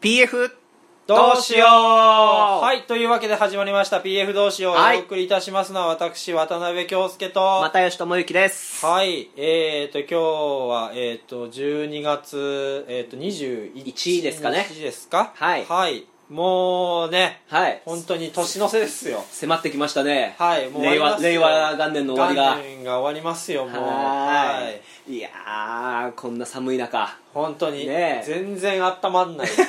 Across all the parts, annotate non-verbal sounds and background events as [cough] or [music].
PF どうしようはいというわけで始まりました PF どうしよう、はいお送りいたしますのは私渡辺京介と又吉智之ですはいえー、と今日はえー、と12月、えー、と21一ですかね日ですかはいもうねはい本当に年の瀬ですよ迫ってきましたねはいもう令和令和元年の終わりが元年が終わりますよもうははいーいいやーこんな寒い中本当に、ねえ全然温まんないっていう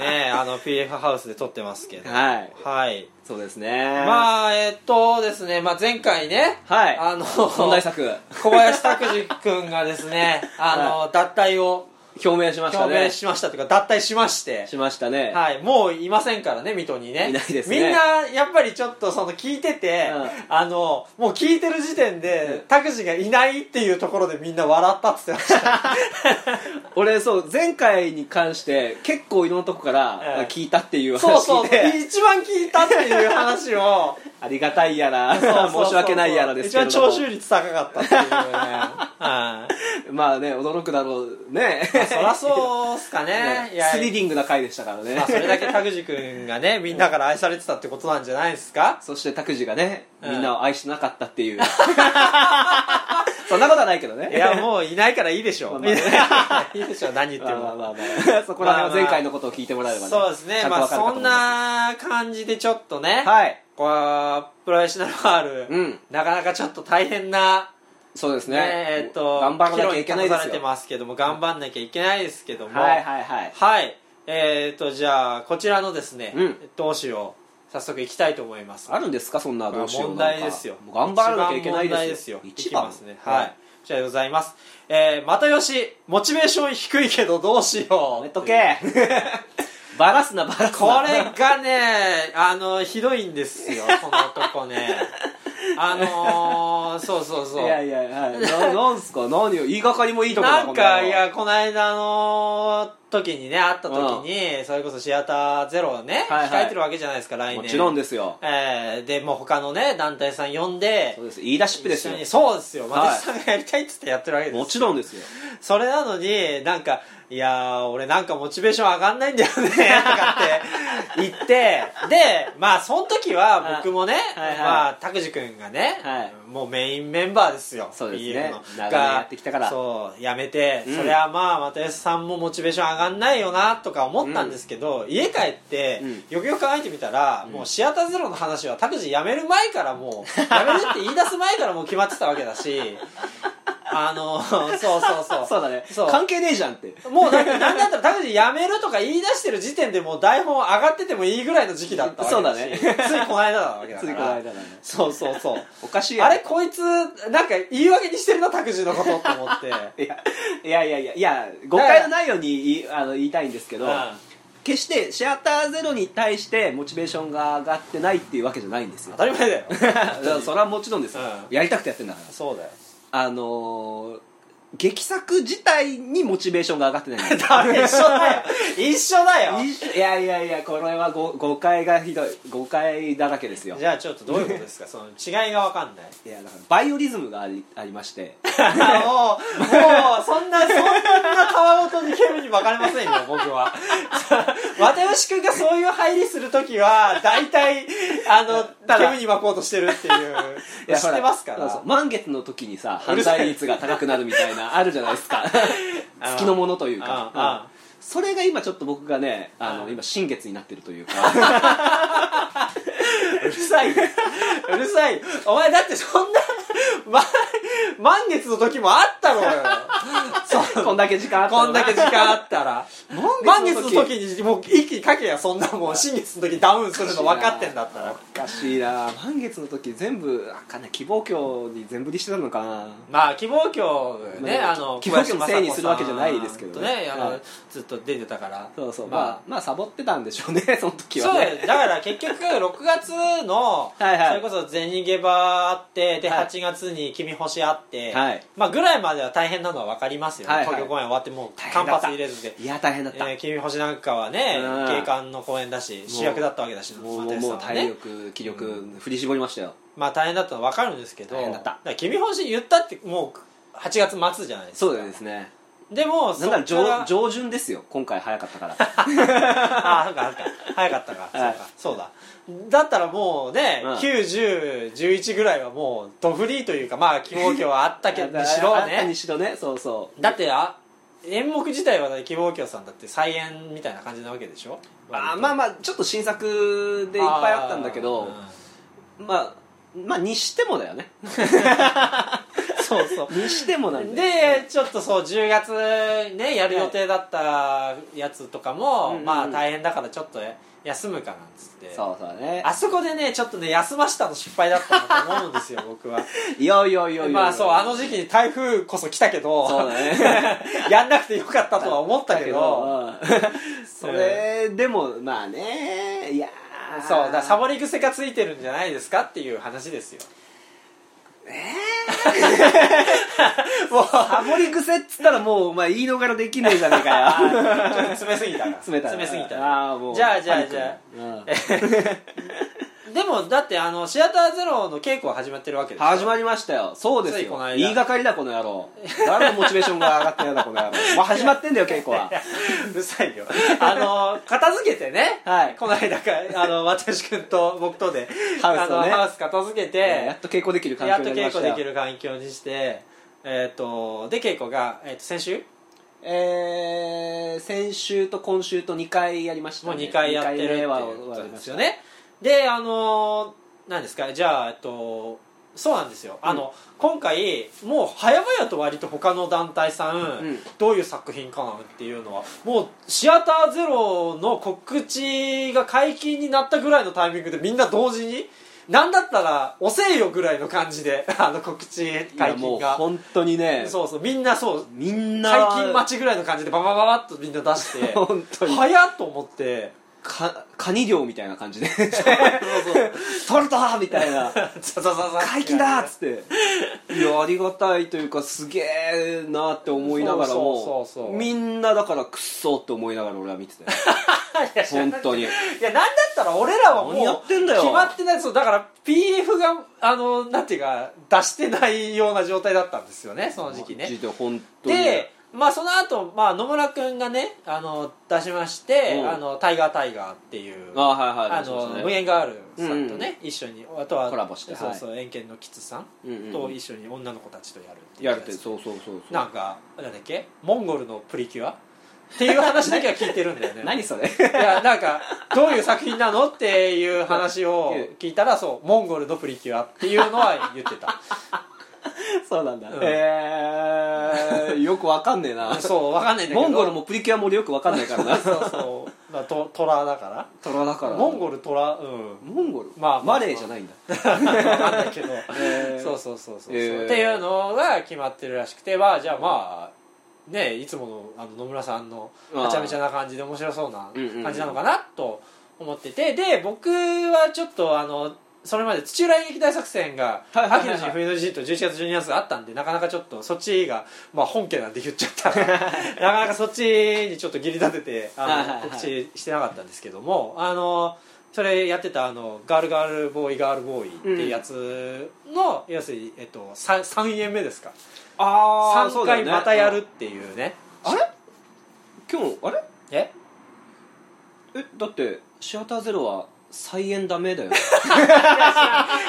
ねあの PF ハウスで撮ってますけど [laughs] はいはいそうですねあまあえっとですね、まあ、前回ね、はいあの問題作小林拓司君がです [laughs] ねあの、脱退を表明しました表明ねしましたというか脱退しましてしましたねはい、もういませんからね水戸にねいないですねみんなやっぱりちょっとその聞いてて、うあのもう聞いてる時点うんで拓司、がいないっていうところでみんな笑ったって言 [laughs] ってました俺そう前回に関して結構いろんなとこからええ聞いたっていうそう話そう聞いて一番聞いたっていう話を [laughs] ありがたいやらそうそうそうそ [laughs] う申し訳ないやらですけれど一番も聴取率高かったっていうねはいまあね驚くだろうねまあそらそうっす [laughs] かねいやスリリングな回でしたからね、まあそれだけ拓司君が [laughs] ねみんなから愛されてたってことなんじゃないですかそして拓司がね、うんみんなを愛してなかったって [laughs] いう [laughs] そんなことはないけどねいやもういないからいいでし [laughs] まあょうまあい [laughs] いでしょう何言ってまあまあもまあまあ [laughs] そこら辺は前回のことを聞いてもらえればね、そうですねまあちゃんとわかるかと思そんいまな感じでちょっとねすはいこうプロフェッショナルワール、うんなかなかちょっと大変なそうですねねえっと頑張らなきゃいけないで岐路に立たすされてよますけども頑張んなきゃいけないですけどもはいはいはいはいえっとじゃあこちらのですね、うんどうしよう早速いきたいと思いますあるんですかそんなどうしよう問題ですよもう頑張らなきゃいけない一番問題でですすよよ一番ですねはいこちらでございますえー、又吉モチベーション低いけどどうしよやうめとけ [laughs] バラすなバラすなこ [laughs] れがね [laughs] あのひどいんですよこの男ね [laughs] あのー、そうそうそういやいやはいななんすか何を言いがかりもいいとこだなんかこの野郎いやこの間の時にね会った時に、それこそシアターゼロをね、はいはい控えてるわけじゃないですか来も年ちろんですよえー、でもう他のね団体さん呼んでそうです言い出しっぺで一す緒よにそうですはよい松井さんがやりたいっつってやってるわけです、もちろんですよそれなのになんか「いやー俺なんかモチベーション上がんないんだよね」と [laughs] かって言ってでまあその時は僕もねはいはいまあ拓司君がね、はいもうメインメンバーですよそうですね BF の長年がやってきたからそうやめて、うんそりゃまあ又吉さんもモチベーション上がんないよなとか思ったんですけど、家帰って、うんよくよく考えてみたら、もうシアターゼロの話は拓司辞める前からもう辞めるって言い出す前からもう決まってたわけだし。 [laughs] あのそうそうそうそうだねそう関係ねえじゃんってもうなんかなんだったら田口辞めるとか言い出してる時点でもう台本上がっててもいいぐらいの時期だったわけだしそうだねついこの間だわけだつかいらこの間だねそうそうそう [laughs] おかしいやあろれこいつなんか言い訳にしてるな拓司のことと思っていやいやいやいや誤解のないように言いあの言いたいんですけど、決してシアターゼロに対してモチベーションが上がってないっていうわけじゃないんですよ当たり前だよそれはもちろんですよ、うやりたくてやってんだからそうだよ [laughs] あのー劇作自体にモチベーションが上がってないん [laughs] ですダメ一緒だよ一緒だよいやいやいやこれはご誤解がひどい誤解だらけですよじゃあちょっとどういうことですかその違いが分かんないいやだからバイオリズムがありありましてもうもうそんなそんなたわごとにケムに分かれませんよ僕は又吉君がそういう入りする時は大体あの [laughs] ただケムに巻こうとしてるっていう [laughs] いや知ってますからほそうそう満月の時にさう犯るさい罪率が高くなるみたいなあるじゃないです [laughs] かあ月のものというかあうんそれが今ちょっと僕がねああの今新月になってるという [laughs] かうるさいうるさいお前だってそんな、ま、満月の時もあっ [laughs] たろうよこんだけ時間あったこらんだけ時間あったら満満月月のの時時にもう一気にかけやそんなもう新月の時にダウンするの分かってんだったらおかしいな満月の時全部あかんない希望郷に全振りしてたのかなまあ希望教ね、まああの希望教のせいにするわけじゃないですけどねねあのはいずっと出てたからそうそうまあ、まあまあサボってたんでしょうね [laughs] その時そはうだよねだから結局6月 [laughs] のはいはいそれこそ「銭ゲバ」あってではい8月に「君星」あって、はいまあ、ぐらいまでは大変なのは分かりますよはね、いはい東京公演終わってもう大間変だった髪入れずでいや大変だった、えー君星」なんかはねうん景観の公演だし主役だったわけだしもうもう又も吉さんうは体ね力気力、振り絞りましたよまあ大変だったのは分かるんですけど大変だったから君星言ったってもう8月末じゃないですそかうですねでもそなっんかだらろ上上旬ですよ今回早かったから [laughs] あそうかそうか早かったか、はいそうかそうだだったらもうね、うん9011ぐらいはもうドフリーというかまあ希望教はあったけどにしろ [laughs] あったにねしろねそうそうだってあ演目自体はね希望教さんだって再演みたいな感じなわけでしょあーまあまあちょっと新作でいっぱいあったんだけどあまあまあにしてもだよねーうんそうそうにしてもなんででちょっとそう10月ねやる予定だったやつとかも、うんまあ大変だからちょっと休むかなんつってそうそうねあそこでねちょっとね休ましたの失敗だったなと思う [laughs] んですよ僕はいやいやいやいやまあそうあの時期に台風こそ来たけどそうだ [laughs] やんなくてよかったとは思ったけどうんそれでもまあねいやーそうだからサボり癖がついてるんじゃないですかっていう話です [laughs] よもうサボり癖っつったらもうお前言い逃れできねえじゃねえ [laughs] かよちょっと詰めすぎたな詰めたなすぎたあーもうじゃあじゃパニあックだじゃうんあでもだってあのシアターゼロの稽古は始まってるわけです始まりましたよそうですついこのよ間言いがかりだこの野郎誰のモチベーションが上がってんだこの野郎 [laughs] まあ始まってんだよ稽古は [laughs] うるさいよあの片付けてね、はいこの間かあ [laughs] の私君と僕とでハウスをねあのハウス片付けて、やっと稽古できる環や境にっとなり稽ました古でよきる環境にしてえっ、とで稽古が、えー、と先週えー、先週と今週と2回やりました、もね、う2回やってるって二回い目うはこ終わとりでましすたよねであの何ですかじゃあえっとそうなんですよ、あの今回もう早々と割と他の団体さん、うんどういう作品かなっていうのはもうシアターゼロの告知が解禁になったぐらいのタイミングでみんな同時になんだったら「おせえよ」ぐらいの感じであの告知いや解も禁うが本当にねそうそうみんなそうみんな解禁待ちぐらいの感じでババババッとみんな出して [laughs] 本当に早っと思ってかカニ漁みたいな感じでそうそう [laughs] 取れたみたいなザザザザ解禁だっつっていやありがたいというかすげえなって思いながらもそうそうそうそうみんなだからくっそって思いながら俺は見てた [laughs] よ本当にいやなんだったら俺らはもう何やってんだよ決まってないそうだから PF があのなんていうか出してないような状態だったんですよねその時期マジねで本当にでまあその後、まあ野村君がねあの出しましてう「んあのタイガータイガー」っていうあはいはいあ出しましのたね無限ガールさんとね、一緒にあとはコラボしてそうそう遠見のキツさんうんうんうんと一緒に女の子たちとやるっていうやるっつてそうそうそうそうなんかなんだっけモンゴルのプリキュアっていう話だけは聞いてるんだよね何それいやなんかどういう作品なのっていう話を聞いたらそうモンゴルのプリキュアっていうのは言ってた [laughs] そうなんだうんえーよくわかんねえなそうわか [laughs] んないんだけどモンゴルもプリキュアも俺よくわかんないから [laughs] なそうそう、まあ、トトラだか虎だかららモンゴルトラうんモンゴルまあまあマレーじゃないんだわかんないけど、 [laughs] えーそうそうそうそう、えーっていうのが決まってるらしくてまあじゃあまあねいつものあの野村さんのあーはちゃめちゃな感じで面白そうなうんうんうん感じなのかなと思っててで僕はちょっとあのそれまで土浦演劇大作戦がはいはいはい秋の陣冬の陣と11月12月があったんでなかなかちょっとそっちが、まあ、本家なんで言っちゃ [laughs] ったらなかなかそっちにちょっと義理立ててはいはいあはのい告知してなかったんですけどもあのそれやってたあのガールガールボーイガールボーイっていうやつの、要するに、えっと、3, 3演目ですかあ3回またやるっていうねあれ今日あれええだってシアターゼロは再演ダメだよ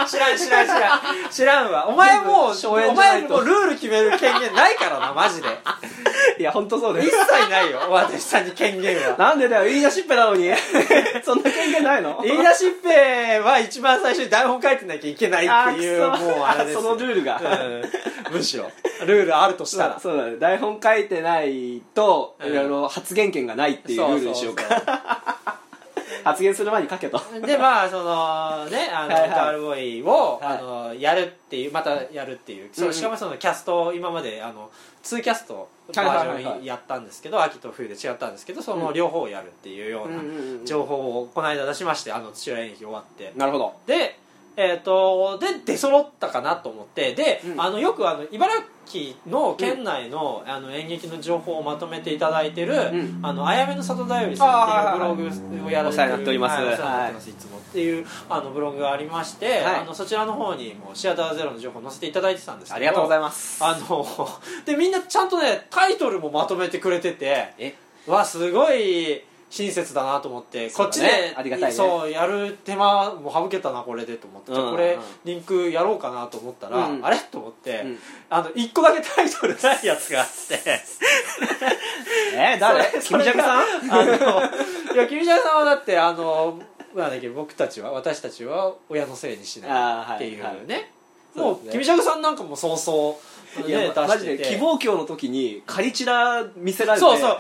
知らん知らん知らん知らんわお前もう全部初演じおゃない前ともうルール決める権限ないからなマジで [laughs] いや本当そうだ一よ切ないよ私さんに権限はなんでだよ言い出しっぺなのに [laughs] そんな権限ないの言い出しっぺは一番最初に台本書いてなきゃいけないっていうあくそもうあれですよそのルールがうんむしろルールあるとしたらそうだね台本書いてないと、うんいろいろ発言権がないっていうルールにしようかそそ発言する前に書けとそう [laughs] でまあそのねあのはいはいガールボーイを、はいあのやるっていうまたやるっていうう、んそううんしかもそのキャストを今まであの2キャストはバいはいはいはいージョンやったんですけど、秋と冬で違ったんですけどそのうん両方をやるっていうよううんうんうんうなん情報をこの間出しましてあの土浦演劇終わってなるほどでえっとで出揃ったかなと思ってで、うんあのよくあの茨城の県内の,、あの演劇の情報をまとめていただいてる「んあのあやめの里だより」さんっていうブログをやられお世て話になっておりますはいお世話になってますいつもっていうあのブログがありまして、はいあのそちらの方にもシアターゼロの情報載せていただいてたんですけどありがとうございまますあの [laughs] でみんなちゃんとねタイトルもまとめてくれててえわすごい親切だなと思って、こそっうちだでねありがたいねそうやる手間も省けたなこれでと思って、うんこれうんリンクやろうかなと思ったら、うんあれと思って、うんあの1個だけタイトルないやつがあ [laughs] って。 [laughs] えー、誰キムジャクさんんあのいや君ジャクさんはだってあのなんだっけ僕たちは私たちは親のせいにしあーないはいっていうね、はいもそううですね君ジャクさんなんかもそうそう、ね、いや、まマジ出しでてて希望教の時にカリチラ見せられてそうそう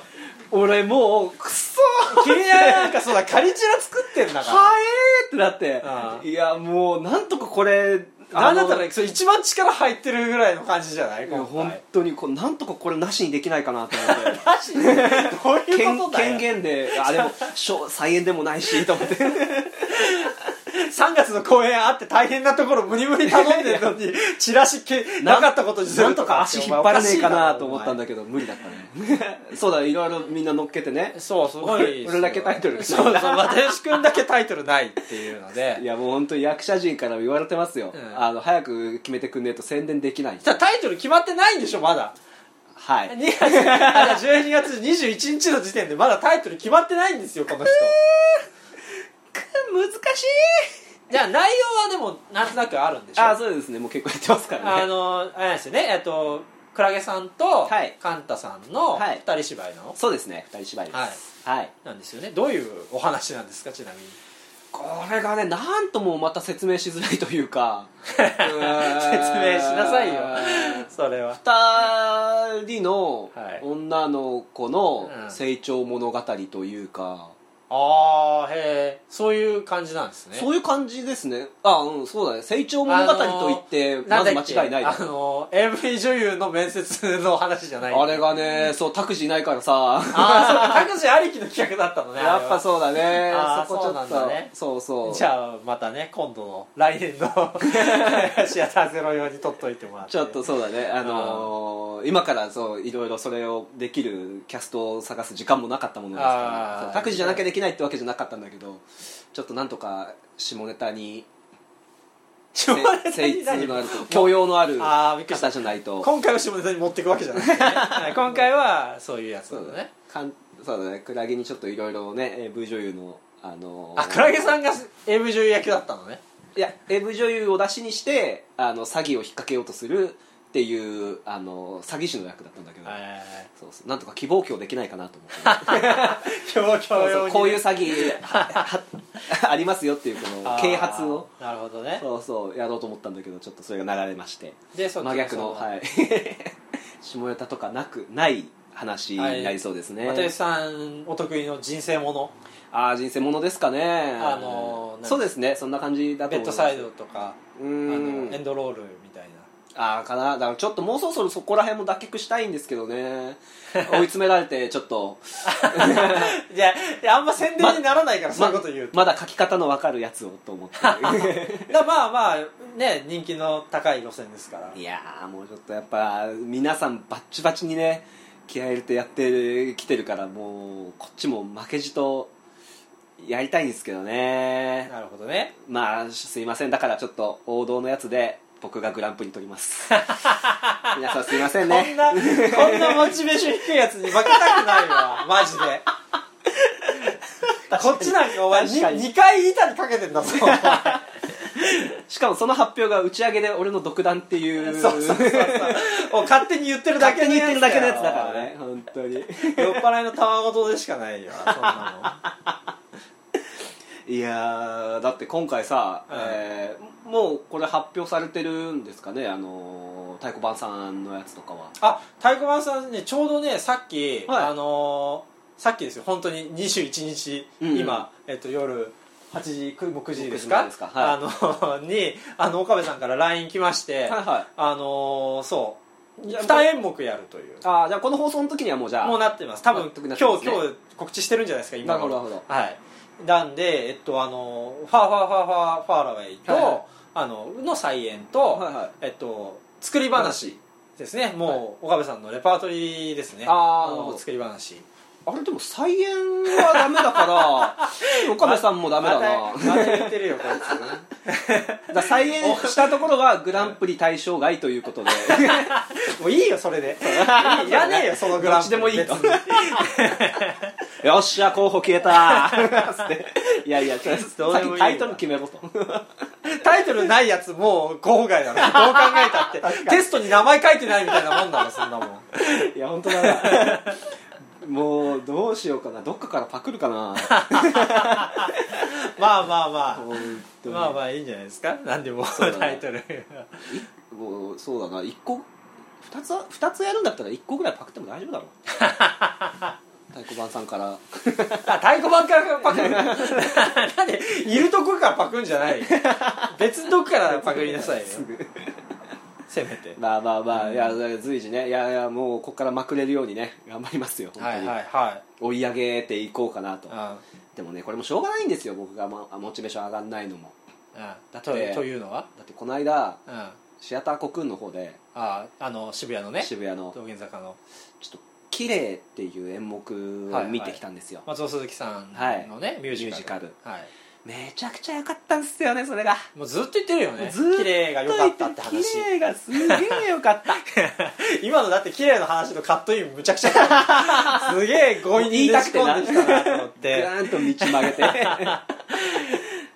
俺もうクソ君ジャクなんかそうだカリチュラ作ってんだからはえーってなってああいやもうなんとかこれなんだったあのらそれ一番力入ってるぐらいの感じじゃないいや今本回当にこうなんとかこれなしにできないかなと思ってマジでどう [laughs] いうこ権とだよ権限であれもしょ再演でもないしと [laughs] 思って3月の公演あって大変なところ無理無理頼んでるのにチラシけなかったことにするなんとか足引っ張らねえかなと思ったんけどだけど無理だったね [laughs] そうだいろいろみんな乗っけてねそうすごいですよ俺俺だけタイトルないそうそう私くんだけタイトルないっていうのいでやもう本当に役者陣から言われてますよ、うんあの早く決めてくんねえと宣伝できないただタイトル決まってないんでしょまだはい2月まだ12月21日の時点でまだタイトル決まってないんですよこの人難しじゃあ内容はでもなんとなくあるんでしいょあそうですねもう結構やってますからねあのあれなんですよねえっとクラゲさんとはいカンタさんのはい二人芝居の、そうですね二人芝居ですはい、なんですよねどういうお話なんですかちなみにこれがねなんともまた説明しづらいというか説明し [laughs] 説明しなさいよそれは2人のはい女の子うんの成長物語というか、ああへえそういう感じなんですねそういう感じですねあうんそうだね成長物語といってまず間違いないあの AV 女優の面接の話じゃないあれがねそう拓司いないからさああそうか各自ありきの企画だったのねやっぱうそうだねあーそこちょっとそうなんだねそうそうじゃあまたね今度の来年の [laughs] シアターゼロ用に撮っといてもらってちょっとそうだねあのー今からそういろいろそれをできるキャストを探す時間もなかったものですかあーらそう各自じゃなきゃできないってわけじゃなかったんだけどちょっとなんとか下ネタ [laughs] に下ネタにせ精何通のあると教養のあるあーびっくりした方じゃないと今回は下ネタに持っていくわけじゃない、ね、 [laughs] はい今回はそういうやつそなのうだねねかんそうだねクラゲにちょっといろいろね AV 女優のあのーあクラゲさんが AV 女優役だったのねいや AV 女優を出しにしてあの詐欺を引っ掛けようとするっていうあの詐欺師の役だったんだけど、 [laughs] はいそうそうなんとか希望教できないかなと思って強強そうそ用にうねこういう詐欺は [laughs] ありますよっていうこのあー啓発をなるほどねそうそうやろうと思ったんだけどちょっとそれが流れましてでそっち真逆のそのはい [laughs] 下ネタとかなくない話になりそうですね、又吉さんお得意の人生ものああ人生ものですかねあのーそうですねそんな感じだとベ思ッいドますサイドとかうあんのエンドロールみたいなああかなだからちょっともうそろそろそこら辺も脱却したいんですけどね追い詰められてちょっといやいやあんま宣伝にならないから、そういうこと言うと、まだ書き方の分かるやつをと [laughs] 思ってだまあまあね人気の高い路線ですからいやーもうちょっとやっぱ皆さんバッチバチにね気合い入れてやってきてるからもうこっちも負けじとやりたいんですけどねなるほどねまあすいませんだからちょっと王道のやつで僕がグランプリ取ります皆さんすいませんこんねなこんなモチベーション低いやつに負けたくないわ [laughs] マジでこっちなんかお前確かに2回板にかけてん [laughs] だぞお前しかもその発表が打ち上げで俺の独断っていうそうそうそうそうお勝手に言ってるだ勝手けのに言ってるだけのやよつだからね本当に酔っ払いのたわごとでしかないよ [laughs] そんないやーだって今回さ、うんえーもうこれ発表されてるんですかねあのー太鼓判さんのやつとかはのあ太鼓判さんねちょうどねさっき、はいあのーさっきですよ本当に21日、うんうん今、えっと、夜8時くもう9時です9か時ですかはいあのにあの岡部さんから LINE 来まして、はいはいあのーそういや2演目やるというあーじゃあこの放送の時にはもうじゃあもうなってます多分納得今な日ってま今す日ね告知してるんじゃないですか今頃なるほどなるほはいなんでえっとあのファーファーファーファーファーラウェイと、はいはいあのの再演と、はいはいえっと作り話ですねもう、岡部さんのレパートリーですねあーなるほのど作り話あれでも再演はダメだ [laughs] から岡部さんもダメだな、また言ってるよこい [laughs] だから再演したところはグランプリ対象外ということで [laughs] つもういいよそ [laughs] れでいらねえよそのグランプリどっちでもいいと別によっしゃ候補消えたつっていやいやちょっとどうでさもいっいきわタイトル決めろ [laughs] とタイトルないやつもう候補外だろどう考えたってテストに名前書いてないみたいなもんだろそんなもんいや本当だなもうどうしようかなどっかからパクるかなまあまあまあ本当にまあまあいいんじゃないですか何でもそうだねタイトルいもうそうだな1個2つは二つやるんだったら1個ぐらいパクっても大丈夫だろ [laughs] 太鼓判さんからあ太鼓判からパクるなんでいるとこからパクるんじゃないよ別のとこからパクりなさいよせめてまあまあまあ、いや随時ねいやいやもうここからまくれるようにね頑張りますよ本当はに、いはいはい追い上げていこうかなとあでもねこれもしょうがないんですよ僕が、ま、モチベーション上がんないのもあだってとというのはだってこの間うんあシアターコクーンの方でああの渋谷のね渋谷の道玄坂のちょっと「綺麗っていう演目を見てきたんですよ、松尾鈴木さんはいのねミュージカミルュージカルはいめちゃくちゃ良かったんですよねそれがもうずっと言ってるよねずーっと綺麗が良かったって話綺麗がすげえ良かった今のだって綺麗な話のカットインむちゃくちゃ [laughs] すげえ強引にねじ込んできたなと思っ [laughs] ぐてらんと道曲げて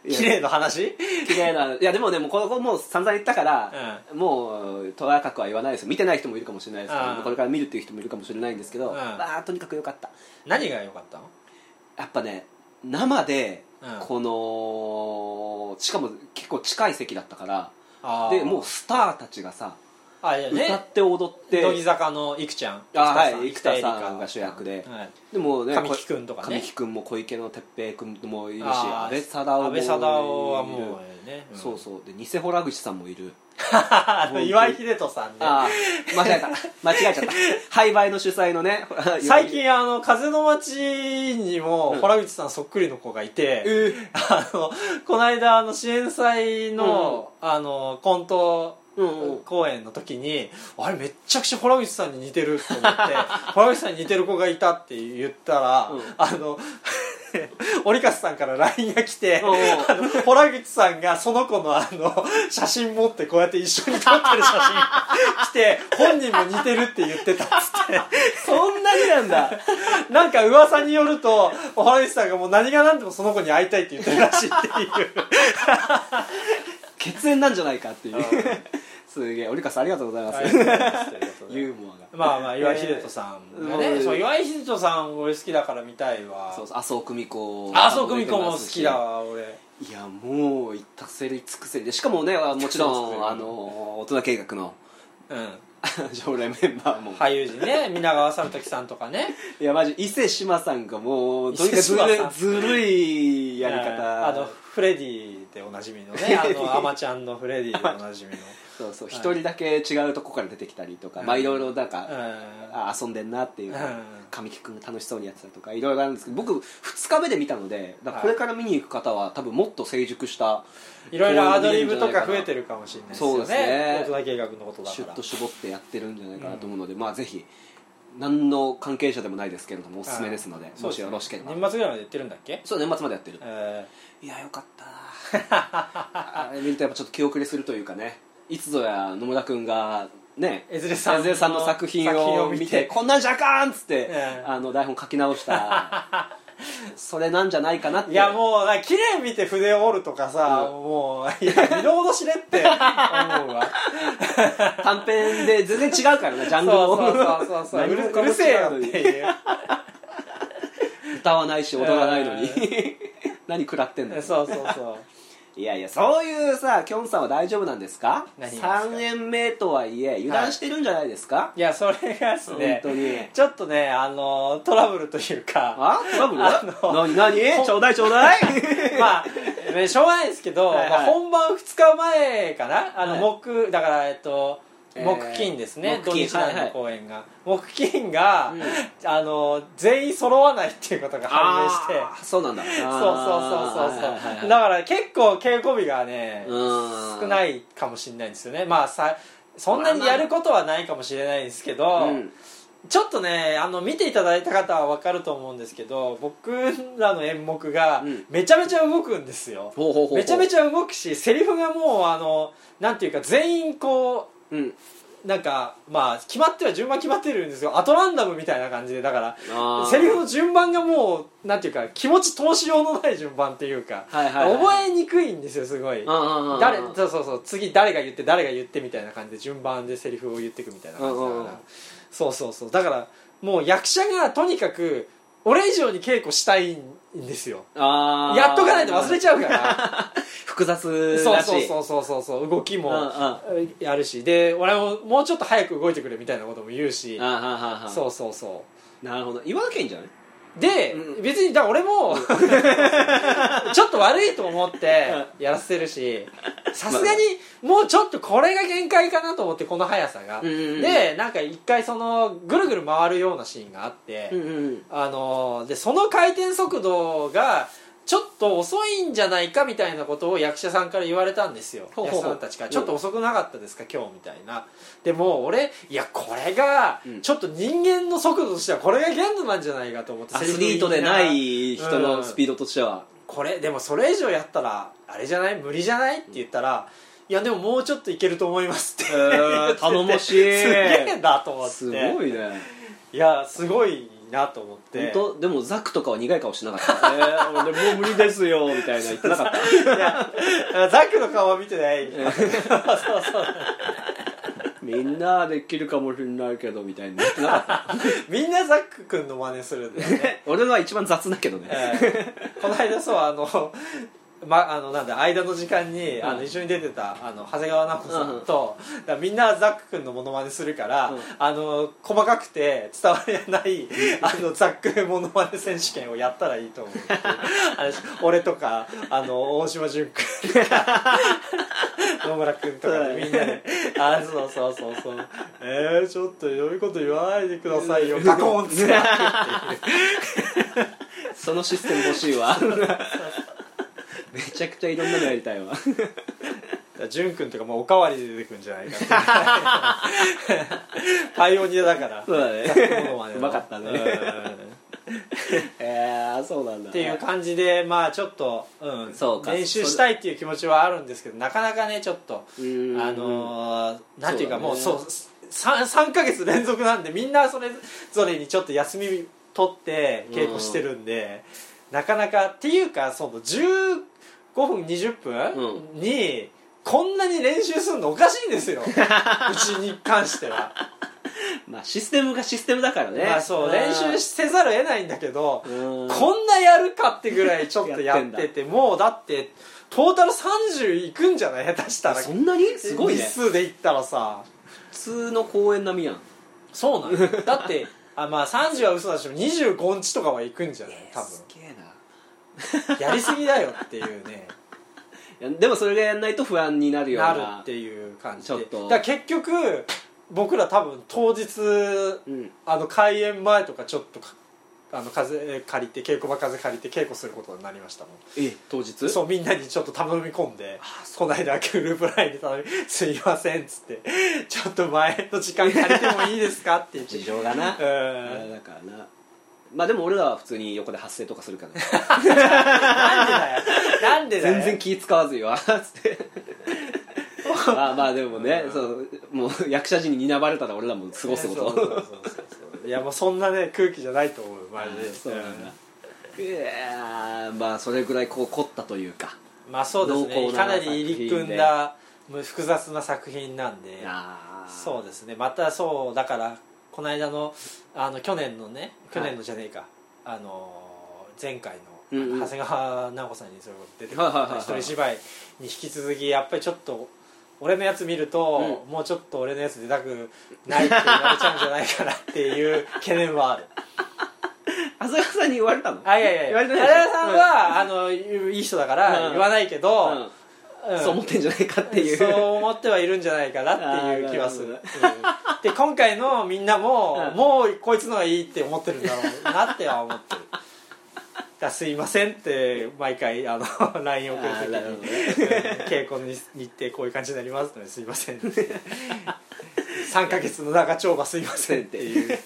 綺麗な話綺麗ないやでもねもうこの子もう散々言ったから、もうとやかくは言わないですよ見てない人もいるかもしれないですから、うんこれから見るっていう人もいるかもしれないんですけど、うんまあとにかく良かった何が良かったのやっぱね生でうんこの、しかも結構近い席だったからあーでもうスターたちがさあいや歌ねって踊って乃木坂のいくちゃんあはいエリカ生田さんが主役ではいでもね神木君とかね神木君も小池の哲平君もいるしあー安倍貞夫もい安る倍貞夫はもうねんそうそうで偽洞口さんもいるあの [laughs] 岩井秀人さんねああ間違え [laughs] た間違えちゃった廃売の主催のね最近あの風の街にもうん洞口さんそっくりの子がいて、えーあのこの間あの支援祭の,、あのコントうんうん公演の時に、あれめっちゃくちゃ洞口さんに似てると思って [laughs] 洞口さんに似てる子がいたって言ったら、うんあの [laughs] 折笠さんから LINE が来て、おうおうあの洞口さんがその子のあの写真持ってこうやって一緒に撮ってる写真来て本人も似てるって言ってたっつって。そんなになんだ [laughs] なんか噂によると、おはるさんがもう何が何でもその子に会いたいって言ってるらしいって血縁なんじゃないかっていううんすげえ織川さんありがとうございますいう。ユーモアが [laughs] まあまあ、岩井秀人さんがね、えーそう岩井秀人さん俺好きだから見たいわ。そうそう麻生久美子あ、そう、久美子も好きだわわ、俺。いやもう一たせり尽くせりでしかもねもち [laughs] 尽くせりろんあの大人計画の [laughs] うん。常連メンバーも、俳優陣ね、 [laughs] 皆川猿時さんとかね。い、やマジ伊勢志摩さんがもうとにかくず伊勢志る摩さんずるいやりうん方あの、フレディでおなじみ [laughs] のね、あの、アマちゃんのフレディでおなじみの。そうそうはい一人だけ違うとこから出てきたりとか、まあいろいろなんか、うあ遊んでんなっていう、うん神木君が楽しそうにやってたりとかいろいろあるんですけど僕2日目で見たのでだからこれから見に行く方は多分もっと成熟したん。いろいろアドリブとか増えてるかもしれないですよね。そうですね大人計画のことだから。シュッと絞ってやってるんじゃないかなと思うので、まあぜひ何の関係者でもないですけれどもおすすめですので、そうもでしすねよろしければ年末ぐらいまで言ってるんだっけそう年末までやってるえいやよかったな [laughs] あれ見るとやっぱちょっと気遅れするというかねいつぞや野村君がねえずれさん三千さんの作品を見てこんなんじゃあかんっつって、ええあの台本書き直した [laughs] それなんじゃないかなっていやもうな綺麗見て筆を折るとかさ、うもういや見るほど知れって思うわ [laughs] 短編で全然違うからねジャンルそもうそうそうそうう [laughs] 何るもうるせえよ違うのってにいう歌わないし踊らないのに、え [laughs] 何食らってんだよそうそうそういやいやそういうさきょんさんは大丈夫なんですか何がですか3年目とはいえ油断してるんじゃないですか、いやそれがですね本当にちょっとねあのトラブルというかあトラブルあの何何ちょうだいちょうだいまあ、ねしょうがないですけど、はいはいまあ、本番2日前かなあの、はい木だからえっとえー木金ですね、木金土日なんはいはのい公演が、木金が、うんあの全員揃わないっていうことが判明してあーそうなんだそうそうそうそうそうそう、だだから結構稽古日がね、うん少ないかもしれないんですよねまあさそんなにやることはないかもしれないんですけど、うんちょっとねあの見ていただいた方は分かると思うんですけど僕らの演目がうんめちゃめちゃ動くんですよ、ほうほうほうほうめちゃめちちゃ動くしセリフがもうあのなんていうか全員こゃうんうなんかまあ決まっては順番決まってるんですよアトランダムみたいな感じでだからあーセリフの順番がもうなんていうか気持ち通しようのない順番っていうか、はいはいはい覚えにくいんですよすごいうんうんうんうん誰そうそうそう次誰が言って誰が言ってみたいな感じで順番でセリフを言っていくみたいな感じだうから、んうんうんそうそうそうだからもう役者がとにかく俺以上に稽古したいんですよあーやっとかないと忘れちゃうから複雑そうだしそうそうそうそうそう動きうんうんもやるしで俺ももうちょっと早く動いてくれみたいなことも言うしあはんはんはんそうそうそうなるほど言わなきゃいいんじゃないで、うん別にだから俺も [laughs] ちょっと悪いと思ってやらせて [laughs] るしさすがにもうちょっとこれが限界かなと思ってこの速さが、うんうんうんでなんか一回そのぐるぐる回るようなシーンがあって、うんうんあのーでその回転速度がちょっと遅いんじゃないかみたいなことを役者さんから言われたんですよほう役ほう者ほうさんたちから「ちょっと遅くなかったですか今日」みたいなでも俺いやこれがうんちょっと人間の速度としてはこれが限度なんじゃないかと思ってアセリスフ言リートがでらない人うんのスピードとしてはこれでもそれ以上やったらあれじゃない無理じゃないって言ったら「いやでももうちょっといけると思います」って、えー頼もしい [laughs] すげえなと思ってすごいねいやすごいなと思って本当でもザックとかは苦い顔しなかった、えー、俺もう無理ですよみたいな言ってなか [laughs] ったいやザックの顔は見てないみんなできるかもしれないけどみたいな言ってなかったみんなザック君の真似するんだ [laughs] よね、俺のは一番雑だけどね、ええこの間そうあのま、あのなんだ間の時間に、あうのん一緒に出てたあの長谷川直子さんと、だからみんなザック君のモノマネするから、うんあの細かくて伝わらない、あのザックモノマネ選手権をやったらいいと思う [laughs] あれ俺とかあの大島純君 [laughs] とか野村君とかでみんなで「あそうそうそうそう [laughs] えー、ちょっとそういうこと言わないでくださいよカコーン」って。そのシステム欲しい [laughs] わめちゃくちゃいろんなのやりたいわ潤君とかもうおかわりで出てくるんじゃないかって [laughs] パイオニアだからそうだねザックモノマネのうまかったねうん [laughs] えー、そうなんだっていう感じでまあちょっと、うん、そうか練習したいっていう気持ちはあるんですけどなかなかねちょっとああのーなんていうかもうそそううだね 3, ヶ月連続なんでみんなそれぞれにちょっと休み取って稽古してるんで、なかなかっていうかその15分20分に、こんなに練習するのおかしいんで [laughs] すようちに関しては、まあシステムがシステムだからねまあそう練習せざるを得ないんだけど、うんこんなやるかってぐらいちょっとやっやってててもうだってトータル30いくんじゃない下手したらそんなにすごいね日数でいったらさ普通の公園並みやんそうなのだってあまあ30は嘘だし25日とかは行くんじゃない多すげえな分やりすぎだよっていうねいやでもそれがやんないと不安になるようななるっていう感じちょっでだとから結局僕ら多分当日うんあの開演前とかちょっとかあの風借りて稽古場風借りて稽古することになりましたもんえ当日そうみんなにちょっと頼み込んでこないだグループラインで頼み [laughs] 「すいません」っつって「ちょっと前の時間借りてもいいですか?」って [laughs] 言って事情がなうあんれだからなまあでも俺らは普通に横で発声とかする [laughs] からねなんでだよなんでだよ全然気使わずよ [laughs] わーっつって [laughs] まあまあでもね、そうもう役者陣に睨まれたら俺らも過ごすこそうとそうそうそういやもうそんなね空気じゃないと思うマジ [laughs] でそうなんだいやーまあそれぐらいこう凝ったというかうんまあそうです濃ね厚かなな作品でり入り組んだむ複雑な作品なんであーそうですねまたそうだからこの間のあの去年のね去年のじゃねえか、あのー前回うのんうん長谷川直子さんにそういうこと出てくはいはいはいはるい一人芝居に引き続きやっぱりちょっと俺のやつ見ると、もうちょっと俺のやつ出たくないって言われちゃうんじゃないかなっていう懸念はある浅川さんに言われたのあいやい言やわあれれてないでしょさんはあのいい人だからうん言わないけど、うんんそう思ってんじゃないかっていうそう思ってはいるんじゃないかなっていう気はするあうんで今回のみんなも、うんもうこいつのがいいって思ってるんだろうなっては思ってるだからすいませんって毎回あの [laughs] LINE 送るあーなるほどねときにうん [laughs] 稽古の日程こういう感じになりますのですいませんって3ヶ月の長丁場すいませんっていう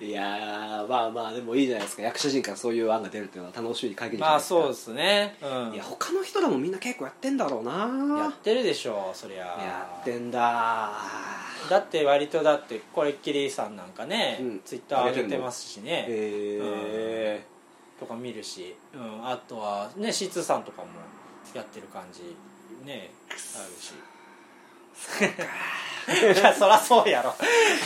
やーまあまあでもいいじゃないですか役者陣からそういう案が出るっていうのは楽しみに限りじゃなまいあですかそうですね、うん、いや他の人らもみんな結構やってんだろうやなってるでしょうそりゃやってんだだって割とだってこれっきりさんなんかね、うんツイッター上げてますしね、えとか見るし、うん、あとはね C2 さんとかもやってる感じねあるし [laughs] いやそらそうやろ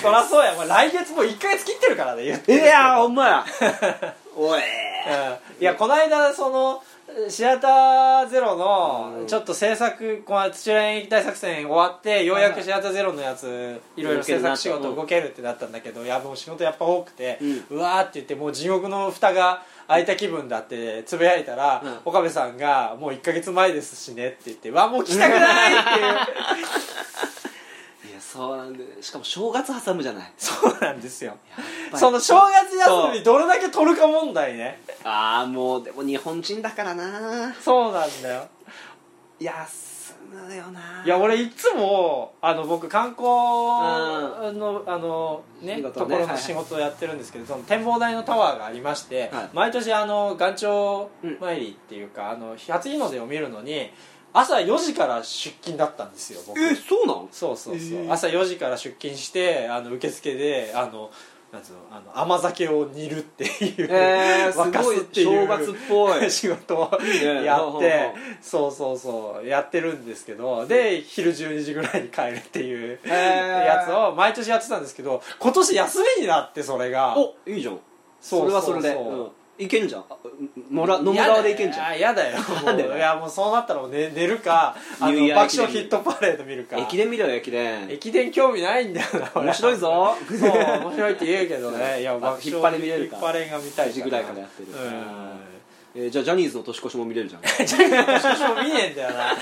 そらそうやもう来月もう1か月切ってるからね言っー、ていやーほんまやおいうんいやこの間そのシアターゼロうのんちょっと制作この土浦演劇大作戦終わってようやくシアターゼロのやついろいろ制作仕事動けるってなったんだけどいやもう仕事やっぱ多くてううわーって言ってもう地獄の蓋が開いた気分だってつぶやいたらうん岡部さんが「もう1か月前ですしね」って言って「うわもう来たくない!」っていう [laughs] いやそうなんでしかも正月挟むじゃないそうなんですよぱりその正月休みどれだけ取るか問題ねああもうでも日本人だからなそうなんだよ休むよないや俺いつもあの僕観光の、あのね仕事とねはころいはのい仕事をやってるんですけど、その展望台のタワーがありまして、はい毎年あの岩頂参りっていうか、あの初日の出を見るのに朝4時から出勤だったんですよ僕えそうなんそうそうそう、えー朝4時から出勤してあの受付であのなんつうのあの甘酒を煮るっていう、えー、 [laughs] 沸かすごすいってい正う月っぽい [laughs] 仕事をいいねやほうほうっほうてそうそうそうやってるんですけどで昼12時ぐらいに帰るっていうへーやつを毎年やってたんですけど今年休みになってそれがおいいじゃんそうそれはそれで、そうそううんいけんじゃんあもら野村側でいけんじゃんんやだよ [laughs] なんでだもよういやもうそうなったらもう寝寝るかあニュのーイ爆ヤー笑駅伝ヒットパレード見るか駅伝見ろよ駅伝駅伝興味ないんだよな俺面白いぞそう面白いって言うけどねい [laughs] やあ爆笑引っ張り見れるか引っ張りが見たい9時ぐらいからやってるうんえーじゃあジャニーズの年越しも見れるじゃんジャニーズの少々見ねえんだよない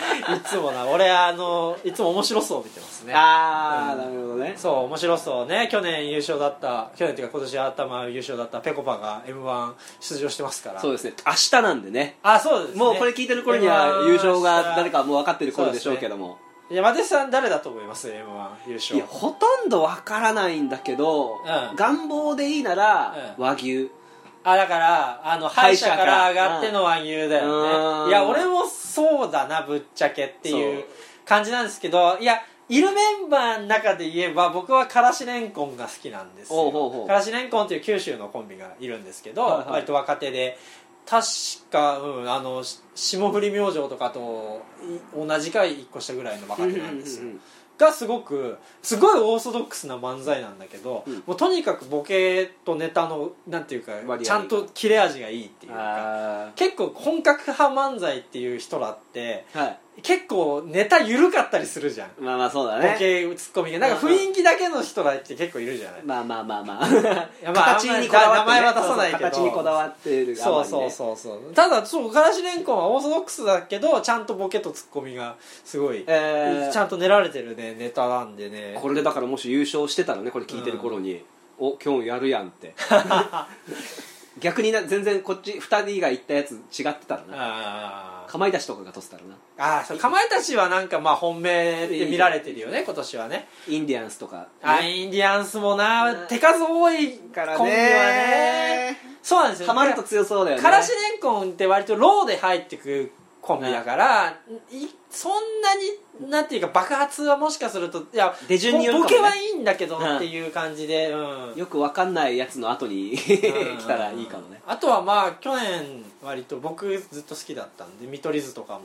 つもな俺あのいつも面白そう見てますねあうんーなるほどねそう面白そうね去年優勝だった去年っていうか今年頭優勝だったぺこぱが m 1出場してますからそうですね明日なんでねあそうです、ね、もうこれ聞いてる頃には M1 優勝が誰かもう分かってる頃でしょうけどもいや松井さん誰だと思います m 1優い勝やほとんど分からないんだけど、うん願望でいいなら、うん和牛あだからあの敗者から上がっての和牛だようんねいや俺もそうだなぶっちゃけっていうそう感じなんですけどいやいるメンバーの中で言えば僕はからしれんこんが好きなんですおうほうほようからしれんこんっていう九州のコンビがいるんですけど、はいはい割と若手で確か、うん、あのし霜降り明星とかとい同じか1個下ぐらいの若手なんですよがすごくすごいオーソドックスな漫才なんだけど、うんもうとにかくボケとネタのなんていうか合がちゃんと切れ味がいいっていうかあ結構本格派漫才っていう人らってーはい結構ネタ緩かったりするじゃんまあまあそうだボねケツッコミがなんか雰囲気だけの人らって結構いるじゃないまあまあまあまあいやまあ形にこだわって、ね、名前は出さないけどそうそう形にこだわってるそうそううそうそうただそうからしれんこんはオーソドックスだけどちゃんとボケとツッコミがすごい、えーちゃんと練られてるねネタなんでねこれでだからもし優勝してたらねこれ聞いてる頃に、お今日やるやんって [laughs] 逆にな全然こっち2人が言ったやつ違ってたらなあーかまいたちとかがとってたらなあーそうかまいたちはなんかまあ本命で見られてるよね今年はねインディアンスとか、あねインディアンスもなうん手数多いからねコンビはねそうなんですよハマると強そうだよねからしれんこんって割とローで入ってくコンビだから、いそんなになんていうか爆発はもしかするといや手順によるかもねボケはいいんだけどっていう感じで、うんよくわかんないやつの後に [laughs] 来たらいいかもねあとはまあ去年割と僕ずっと好きだったんで見取り図とかも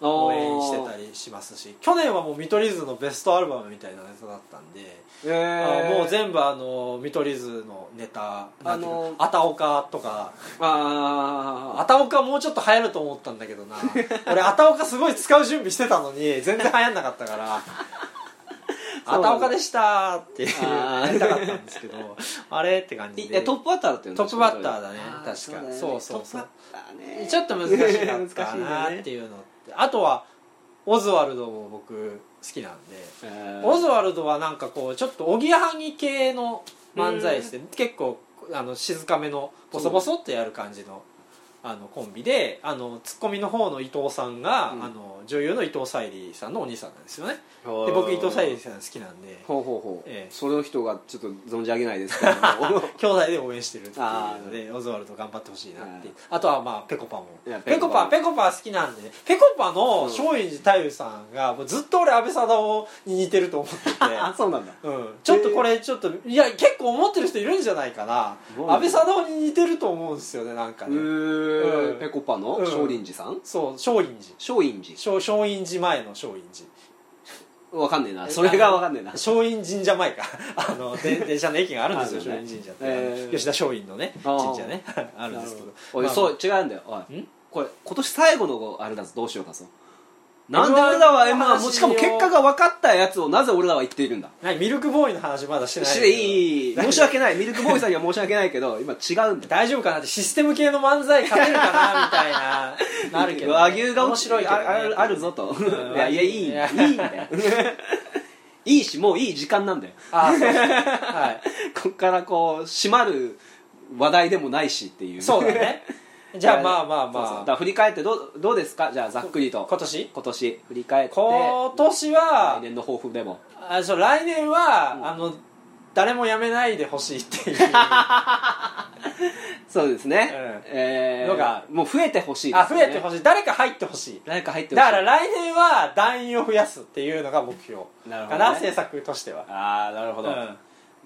お応ー援してたりしますし去年はもう見取り図のベストアルバムみたいなネタだったんで、えーあもう全部あの見取り図のネタあのあたおかとかああたおかもうちょっと流行ると思ったんだけどな俺あたおかすごい使う準備してたのに全然流行んなかった [laughs] から「そあうなたんおだかでした」っていうあーやりたかったんですけどあれって感ーじいでえトップバッターだったよねトップバッターだねあ確かそうそうそうトップバッターねちょっと難しいなっ難たしいよな [laughs] ねっていうのってあとはオズワルドも僕好きなんでえーオズワルドはなんかこうちょっとおぎやはぎ系の漫才して結構あの静かめのボソボソってやる感じのあのコンビであのツッコミの方の伊藤さんが、うんあの女優の伊藤沙莉さんのお兄さんなんですよねで僕伊藤沙莉さん好きなんでほうほうほう、ええその人がちょっと存じ上げないですけども兄弟で応援してるっていうあのでオズワルド頑張ってほしいなっていうあとはまあぺこぱもいやぺこぱぺぺこぱ好きなんでねぺこぱうんの松陰寺太夫さんがもうずっと俺安倍貞夫に似てると [laughs] 思ってて [laughs] あそうなんだうん、ちょっとこれちょっといや結構思ってる人いるんじゃないかなすごいね安倍貞夫に似てると思うんですよねなんかうね、ーうんぺこぱのうん少林寺さんそう松陰寺少林寺松松陰寺前の松陰寺わかんねえなそれがわかんねえな松陰神社前か [laughs] あの [laughs] で電車の駅があるんですよある松よね陰神社って、えー吉田松陰のねあー神社ね [laughs] あるんですけどおいまあそう違うんだよおいんこれ今年最後のあれだぞどうしようかぞなんで俺らは M1 m 1もしかも結果が分かったやつをなぜ俺らは言っているんだ何ミルクボーイの話まだしてないしていい申し訳ないないミルクボーイさんには申し訳ないけど今違うんだよ大丈夫かなってシステム系の漫才勝てるかなみたい [laughs] ななるけど和牛が面落ちる白いけどねああるあるぞとうんいやいやい [laughs] いいいんだよいいしもういい時間なんだよあそうは [laughs] いこっからこう締まる話題でもないしっていう [laughs] そうだねじゃあいやまあまあそうそうだまかあら振り返ってどうどうですかじゃあざっくりと今年今年振り返って来今年は年の抱負でもあそう来年は、あの誰も辞めないでほしいっていう [laughs] そうですね、うんえーのがもう増えてほしいですあよ増ね、えてほしい誰か入ってほしい誰か入ってほだしいから来年は団員を増やすっていうのが目標なるほどねかな、政策としてはああなるほど、うん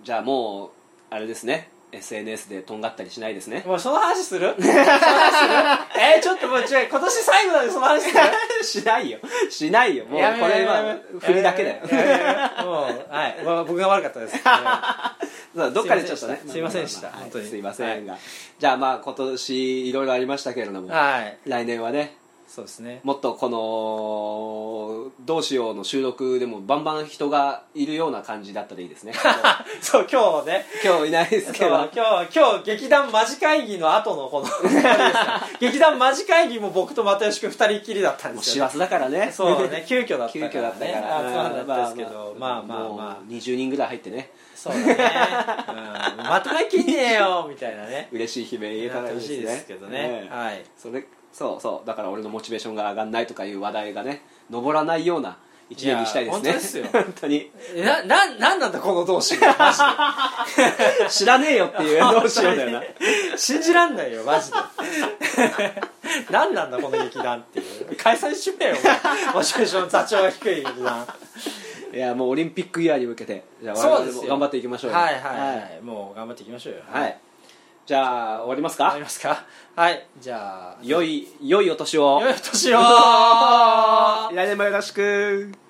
じゃあもうあれですね SNS でとんがったりしないですねもうその話するその話 [laughs] するえー、ちょっともう違う今年最後なんでその話するしないよしない [laughs] よもうこれは振りだけだよやめやめも [laughs] うはいまあ僕が悪かったです [laughs] はそうどっかでちょっとねすいませんでしまたあまあまあ本当にはいすいませんが、じゃあまあ今年いろいろありましたけれども、い来年はねそうです [laughs] ねもっとこの「どうしよう」の収録でもバンバン人がいるような感じだったらいいです [laughs] ねそう今日ね今日いないですけそう [laughs] 今ど日今日劇団マジ会議の後の [laughs] この劇団マジ会議も僕と又吉君二人きりだったんもうです師よ、走だからねそうね急遽だった急か遽ら、ね、だったからあ集まんなかったですけど、まあ、まあまあもう20人ぐらい入ってねそうだね、うん、まとめきんねえよみたいなね嬉しい悲鳴言えたなっらていいですほしねいですけどねええはいそれそうそうだから俺のモチベーションが上がんないとかいう話題がね上らないような一年にしたいですねいや本当ですよ [laughs] 本当にえなななんなんだこのどうしようマジ [laughs] で知らねえよって [laughs] いうどうしようだよな信じらんないよマ [laughs] ジで何なんだこの劇団っていう開催しめよお前モチベーション座長が低い劇団いやもうオリンピックイヤーに向けてじゃあそ我うで々すもよ頑張っていきましょうよはいはいはい、もう頑張っていきましょうよはいじゃあ終わりますわかりかますかはいじゃあ良い良いお年を [laughs] 良いお年を来年もよろしく